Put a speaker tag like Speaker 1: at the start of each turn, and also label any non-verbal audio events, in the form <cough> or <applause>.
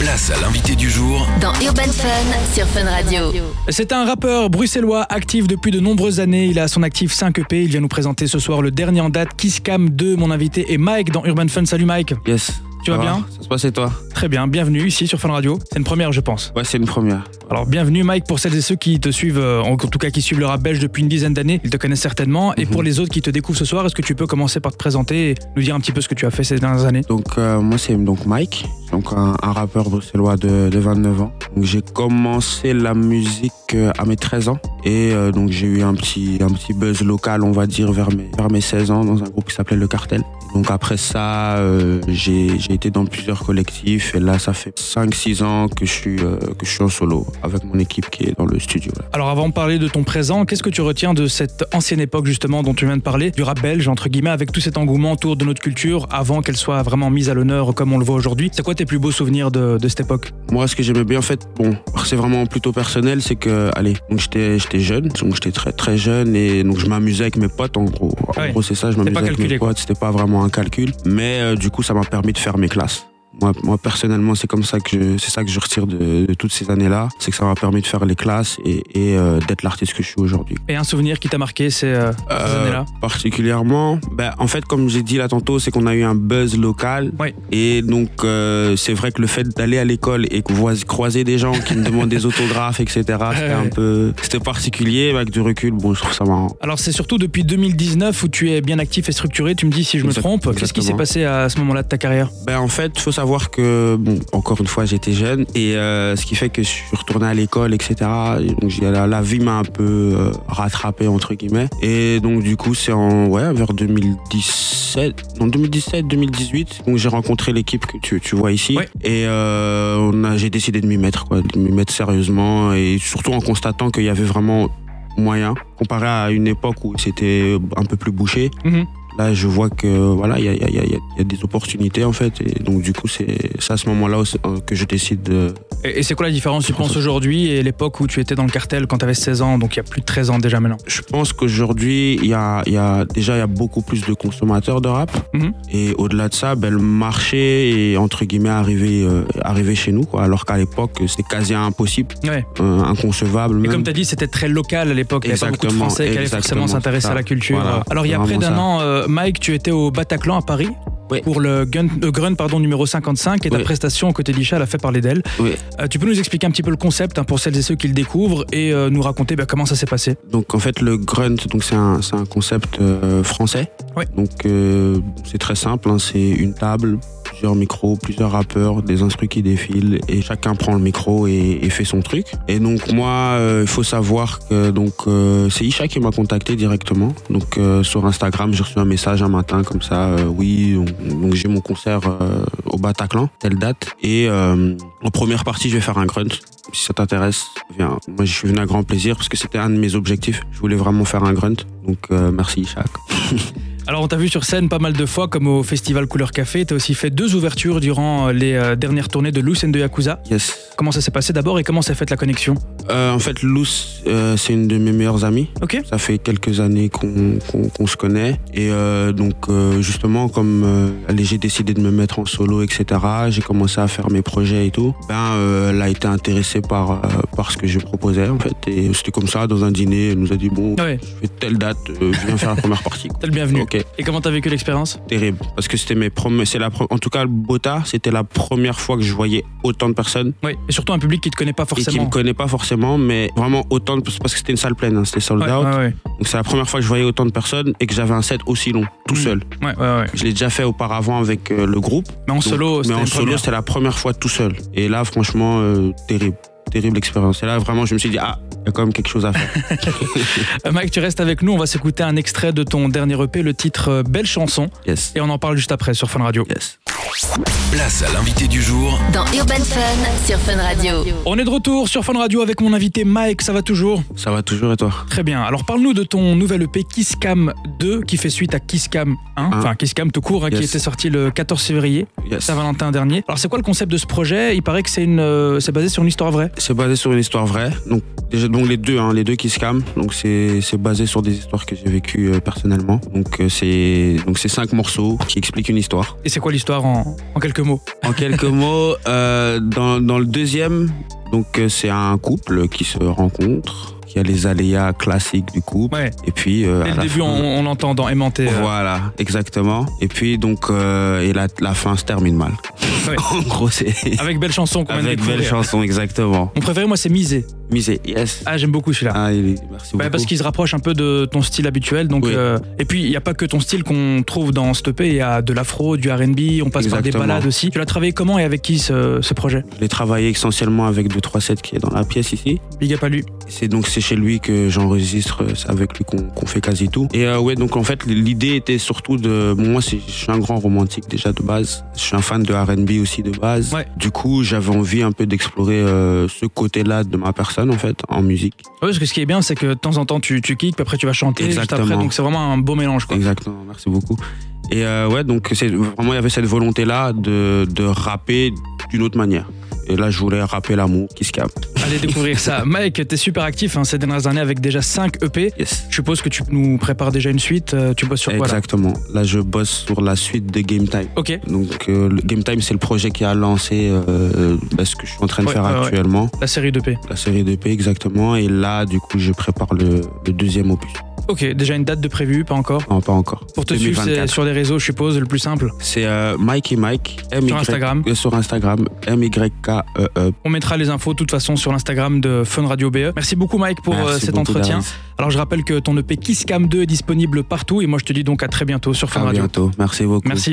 Speaker 1: Place à l'invité du jour
Speaker 2: Dans Urban Fun sur Fun Radio.
Speaker 3: C'est un rappeur bruxellois actif depuis de nombreuses années. Il a à son actif 5 EP. Il vient nous présenter ce soir le dernier en date, Kiss Cam 2. Mon invité est Mike dans Urban Fun. Salut Mike.
Speaker 4: Yes.
Speaker 3: Tu vas
Speaker 4: Ça va
Speaker 3: bien
Speaker 4: Ça se passe et toi
Speaker 3: Très bien. Bienvenue ici sur Fun Radio. C'est une première, je pense.
Speaker 4: Ouais, c'est une première.
Speaker 3: Alors, bienvenue Mike pour celles et ceux qui te suivent, euh, en tout cas qui suivent le rap belge depuis une dizaine d'années. Ils te connaissent certainement. Et pour les autres qui te découvrent ce soir, est-ce que tu peux commencer par te présenter et nous dire un petit peu ce que tu as fait ces dernières années
Speaker 4: Donc, euh, moi, c'est donc Mike, donc un, un rappeur bruxellois de, de 29 ans. Donc, j'ai commencé la musique euh, à mes 13 ans et euh, donc j'ai eu un petit, un petit buzz local, on va dire, vers mes, vers mes 16 ans dans un groupe qui s'appelait Le Cartel. Donc, après ça, euh, j'ai j'ai été dans plusieurs collectifs et là, ça fait 5-6 ans que je, suis, euh, que je suis en solo avec mon équipe qui est dans le studio. là.
Speaker 3: Alors, avant de parler de ton présent, qu'est-ce que tu retiens de cette ancienne époque justement dont tu viens de parler, du rap belge entre guillemets, avec tout cet engouement autour de notre culture avant qu'elle soit vraiment mise à l'honneur comme on le voit aujourd'hui C'est quoi tes plus beaux souvenirs de, de cette époque
Speaker 4: Moi, ce que j'aimais bien, en fait, bon, c'est vraiment plutôt personnel, c'est que, allez, donc j'étais, j'étais jeune, donc j'étais très, très jeune, et donc je m'amusais avec mes potes, en gros. En
Speaker 3: Ouais.
Speaker 4: gros, c'est ça, je m'amusais
Speaker 3: pas
Speaker 4: avec
Speaker 3: calculé,
Speaker 4: mes
Speaker 3: quoi.
Speaker 4: potes, c'était pas vraiment un calcul, mais euh, du coup, ça m'a permis de faire mes classes. Moi, moi personnellement, c'est comme ça que je- c'est ça que je retire de, de toutes ces années-là, c'est que ça m'a permis de faire les classes et, et, euh, d'être l'artiste que je suis aujourd'hui.
Speaker 3: Et un souvenir qui t'a marqué ces, euh, ces
Speaker 4: Euh,
Speaker 3: années-là
Speaker 4: Particulièrement, ben, en fait, comme j'ai dit là tantôt, c'est qu'on a eu un buzz local.
Speaker 3: Ouais.
Speaker 4: Et donc, euh, c'est vrai que le fait d'aller à l'école et qu'on voit croiser des gens qui me demandent des autographes, etc.,
Speaker 3: Ouais.
Speaker 4: c'était un peu, c'était particulier. mais Avec du recul, bon, je trouve ça marrant.
Speaker 3: Alors c'est surtout depuis 2019 où tu es bien actif et structuré, tu me dis si je me
Speaker 4: Exact-
Speaker 3: trompe, qu'est-ce qui s'est
Speaker 4: exactement.
Speaker 3: passé à ce moment-là de ta carrière
Speaker 4: Ben, en fait, faut savoir que, bon, encore une fois, j'étais jeune et euh, ce qui fait que je suis retourné à l'école, etc. Et donc, j'ai- la, la vie m'a un peu euh, rattrapé entre guillemets. Et donc, du coup, c'est en ouais vers 2017, non 2017, 2018. Donc, j'ai rencontré l'équipe que tu, tu vois ici
Speaker 3: Ouais.
Speaker 4: et euh, on a, j'ai décidé de m'y mettre, quoi, de m'y mettre sérieusement et surtout en constatant qu'il y avait vraiment moyen comparé à une époque où c'était un peu plus bouché.
Speaker 3: Mhm.
Speaker 4: Là, je vois que voilà, il y a, il y a- il y a- il y a- il y a des opportunités en fait, et donc du coup, c'est c'est à ce moment-là aussi, euh, que je décide de.
Speaker 3: Et, et c'est quoi la différence, tu penses, aujourd'hui et l'époque où tu étais dans le cartel quand tu avais 16 ans, donc il y a plus de 13 ans déjà maintenant
Speaker 4: Je pense qu'aujourd'hui, il y a, il y a déjà il y a beaucoup plus de consommateurs de rap,
Speaker 3: Mhm.
Speaker 4: et au-delà de ça, ben, le marché est entre guillemets arrivé euh, arrivé chez nous, quoi, alors qu'à l'époque, c'était quasi impossible,
Speaker 3: Ouais.
Speaker 4: euh, inconcevable.
Speaker 3: Et
Speaker 4: même.
Speaker 3: comme tu as dit, c'était très local à l'époque, il n'y avait pas beaucoup de
Speaker 4: Exactement,
Speaker 3: Français qui allaient forcément
Speaker 4: exactement,
Speaker 3: s'intéresser
Speaker 4: c'est ça.
Speaker 3: à la culture.
Speaker 4: Voilà,
Speaker 3: Alors il y a
Speaker 4: c'est
Speaker 3: près
Speaker 4: vraiment
Speaker 3: d'un
Speaker 4: ça.
Speaker 3: an, euh, Mike, tu étais au Bataclan à Paris
Speaker 4: Oui.
Speaker 3: pour le Gun, euh, Grunt, pardon, numéro 55 et ta
Speaker 4: Oui.
Speaker 3: prestation aux côtés d'Isha, elle a fait parler d'elle.
Speaker 4: Oui.
Speaker 3: Euh, tu peux nous expliquer un petit peu le concept hein, pour celles et ceux qui le découvrent et euh, nous raconter bah, comment ça s'est passé
Speaker 4: Donc en fait le grunt, donc c'est un, c'est un concept euh, français.
Speaker 3: Ouais.
Speaker 4: Donc euh, c'est très simple, hein, c'est une table, plusieurs micros, plusieurs rappeurs, des instrus qui défilent et chacun prend le micro et, et fait son truc. Et donc moi, euh, il faut savoir que donc euh, c'est Isha qui m'a contacté directement. Donc euh, sur Instagram, j'ai reçu un message un matin comme ça, euh, oui, on- donc j'ai mon concert euh, au Bataclan, telle date. Et euh, en première partie, je vais faire un grunt si ça t'intéresse, viens. Moi, je suis venu à grand plaisir parce que c'était un de mes objectifs. Je voulais vraiment faire un grunt. Donc, euh, merci, Ishak.
Speaker 3: Alors on t'a vu sur scène pas mal de fois, comme au festival Couleur Café. T'as aussi fait deux ouvertures durant euh, les euh, dernières tournées de Loose and de Yakuza.
Speaker 4: Yes.
Speaker 3: Comment ça s'est passé d'abord et comment s'est faite la connexion
Speaker 4: Euh, en fait, Luce, euh, c'est une de mes meilleures amies.
Speaker 3: Ok.
Speaker 4: Ça fait quelques années qu'on qu'on- qu'on se connaît. Et euh, donc, euh, justement, comme euh, allez, j'ai décidé de me mettre en solo, etc., j'ai commencé à faire mes projets et tout. Ben, euh, elle a été intéressée par, euh, par ce que je proposais, en fait. Et c'était comme ça, dans un dîner, elle nous a dit bon,
Speaker 3: Ouais,
Speaker 4: je fais telle date, euh, viens faire la première partie. quoi.
Speaker 3: t'es le bienvenu.
Speaker 4: Ok.
Speaker 3: Et comment t'as vécu l'expérience
Speaker 4: terrible parce que c'était mes premiers c'est la pre- en tout cas le Bota c'était la première fois que je voyais autant de personnes
Speaker 3: Oui. Et surtout un public qui te connaît pas
Speaker 4: et qui
Speaker 3: forcément.
Speaker 4: me connaît pas forcément mais vraiment autant de parce que c'était une salle pleine hein, c'était sold
Speaker 3: Ouais,
Speaker 4: out
Speaker 3: ouais, ouais.
Speaker 4: donc c'est la première fois que je voyais autant de personnes et que j'avais un set aussi long tout
Speaker 3: Mm.
Speaker 4: seul
Speaker 3: Ouais, ouais, ouais.
Speaker 4: je l'ai déjà fait auparavant avec euh, le groupe
Speaker 3: Mais en
Speaker 4: Donc,
Speaker 3: solo, Oh, c'était
Speaker 4: mais en
Speaker 3: une
Speaker 4: solo
Speaker 3: première.
Speaker 4: c'était la première fois tout seul et là franchement euh, terrible terrible expérience et là vraiment je me suis dit ah il y a quand même quelque chose
Speaker 3: <laughs>
Speaker 4: à faire
Speaker 3: Euh, Mike, tu restes avec nous. On va s'écouter un extrait de ton dernier EP, le titre euh, Belle chanson,
Speaker 4: yes
Speaker 3: et on en parle juste après sur Fun Radio.
Speaker 4: yes
Speaker 1: Place à l'invité du jour
Speaker 2: Dans Urban Fun sur Fun Radio.
Speaker 3: On est de retour sur Fun Radio avec mon invité Mike. Ça va toujours
Speaker 4: ça va toujours et toi
Speaker 3: Très bien. Alors parle-nous de ton nouvel EP Kiss Cam 2 qui fait suite à Kiss Cam 1, enfin Kiss Cam tout court, hein, qui
Speaker 4: Yes.
Speaker 3: était sorti le 14 février,
Speaker 4: yes
Speaker 3: Saint-Valentin dernier. Alors c'est quoi le concept de ce projet Il paraît que c'est une, euh, c'est basé sur une histoire vraie.
Speaker 4: C'est basé sur une histoire vraie. Donc, déjà, donc les deux, hein, les deux qui se calment. Donc, c'est c'est basé sur des histoires que j'ai vécues euh, personnellement. Donc, euh, c'est donc c'est cinq morceaux qui expliquent une histoire.
Speaker 3: Et c'est quoi l'histoire en, en, en quelques mots
Speaker 4: En quelques <laughs> mots, euh, dans, dans le deuxième, donc euh, c'est un couple qui se rencontre, qui a les aléas classiques du couple.
Speaker 3: Ouais.
Speaker 4: Et puis euh, à
Speaker 3: Dès le
Speaker 4: la
Speaker 3: début,
Speaker 4: fin-
Speaker 3: on, on l'entend dans aimanté. euh,
Speaker 4: Voilà, exactement. Et puis donc euh, et la, la fin se termine mal.
Speaker 3: Ouais.
Speaker 4: <laughs> en gros, c'est
Speaker 3: avec belle chanson qu'on vient de
Speaker 4: avec belle
Speaker 3: découvrir.
Speaker 4: chanson, exactement.
Speaker 3: Mon préféré, moi, c'est Misé.
Speaker 4: Misé, yes.
Speaker 3: Ah, j'aime beaucoup celui-là.
Speaker 4: Ah, il est- merci
Speaker 3: Bah,
Speaker 4: beaucoup.
Speaker 3: parce qu'il se rapproche un peu de ton style habituel. Donc,
Speaker 4: Oui.
Speaker 3: euh, et puis, il n'y a pas que ton style qu'on trouve dans cette EP. Il y a de l'afro, du RB, on passe par des
Speaker 4: Exactement.
Speaker 3: balades aussi. Tu l'as travaillé comment et avec qui ce, ce projet
Speaker 4: Je l'ai travaillé essentiellement avec 237 qui est dans la pièce ici.
Speaker 3: Big up à lui.
Speaker 4: C'est donc c'est chez lui que j'enregistre, euh, c'est avec lui qu'on qu'on fait quasi tout. Et euh, ouais, donc en fait l'idée était surtout de bon, moi c'est- je suis un grand romantique déjà de base, je suis un fan de R&B aussi de base.
Speaker 3: Ouais.
Speaker 4: Du coup j'avais envie un peu d'explorer euh, ce côté-là de ma personne en fait en musique.
Speaker 3: Ouais, parce que ce qui est bien, c'est que de temps en temps, tu, tu kicks, puis après, tu vas chanter juste après.
Speaker 4: Exactement.
Speaker 3: Donc, c'est vraiment un beau mélange. Quoi.
Speaker 4: Exactement, merci beaucoup. Et euh, ouais donc c'est vraiment il y avait cette volonté là de de rapper d'une autre manière. Et là je voulais rapper l'amour qui se capte.
Speaker 3: Allez découvrir
Speaker 4: <laughs>
Speaker 3: ça. Mike, t'es super actif hein, ces dernières années avec déjà 5 EP.
Speaker 4: Yes.
Speaker 3: Je suppose que tu nous prépares déjà une suite. euh, Tu bosses sur quoi là
Speaker 4: Exactement. Là je bosse sur la suite de Game Time.
Speaker 3: Ok.
Speaker 4: Donc euh, le Game Time, c'est le projet qui a lancé euh, bah, ce que je suis en train de
Speaker 3: Ouais,
Speaker 4: faire
Speaker 3: ouais, ouais.
Speaker 4: actuellement,
Speaker 3: La série d'EP.
Speaker 4: la série d'EP exactement. Et là, du coup, je prépare le, le deuxième opus.
Speaker 3: Ok, déjà une date de prévue, pas encore.
Speaker 4: Non, pas encore.
Speaker 3: Pour te suivre,
Speaker 4: 2024.
Speaker 3: c'est sur les réseaux, je suppose, le plus simple.
Speaker 4: C'est euh, Mike et Mike. M Euh,
Speaker 3: Sur Instagram.
Speaker 4: Sur Instagram. M-Y-K-E-E.
Speaker 3: On mettra les infos de toute façon sur l'Instagram de Fun Radio BE. Merci beaucoup Mike pour euh,
Speaker 4: Merci
Speaker 3: cet
Speaker 4: beaucoup,
Speaker 3: entretien.
Speaker 4: Daris.
Speaker 3: Alors je rappelle que ton EP Kiss Cam 2 est disponible partout et moi je te dis donc à très bientôt sur Fun
Speaker 4: À
Speaker 3: Radio.
Speaker 4: bientôt. Merci beaucoup.
Speaker 3: Merci.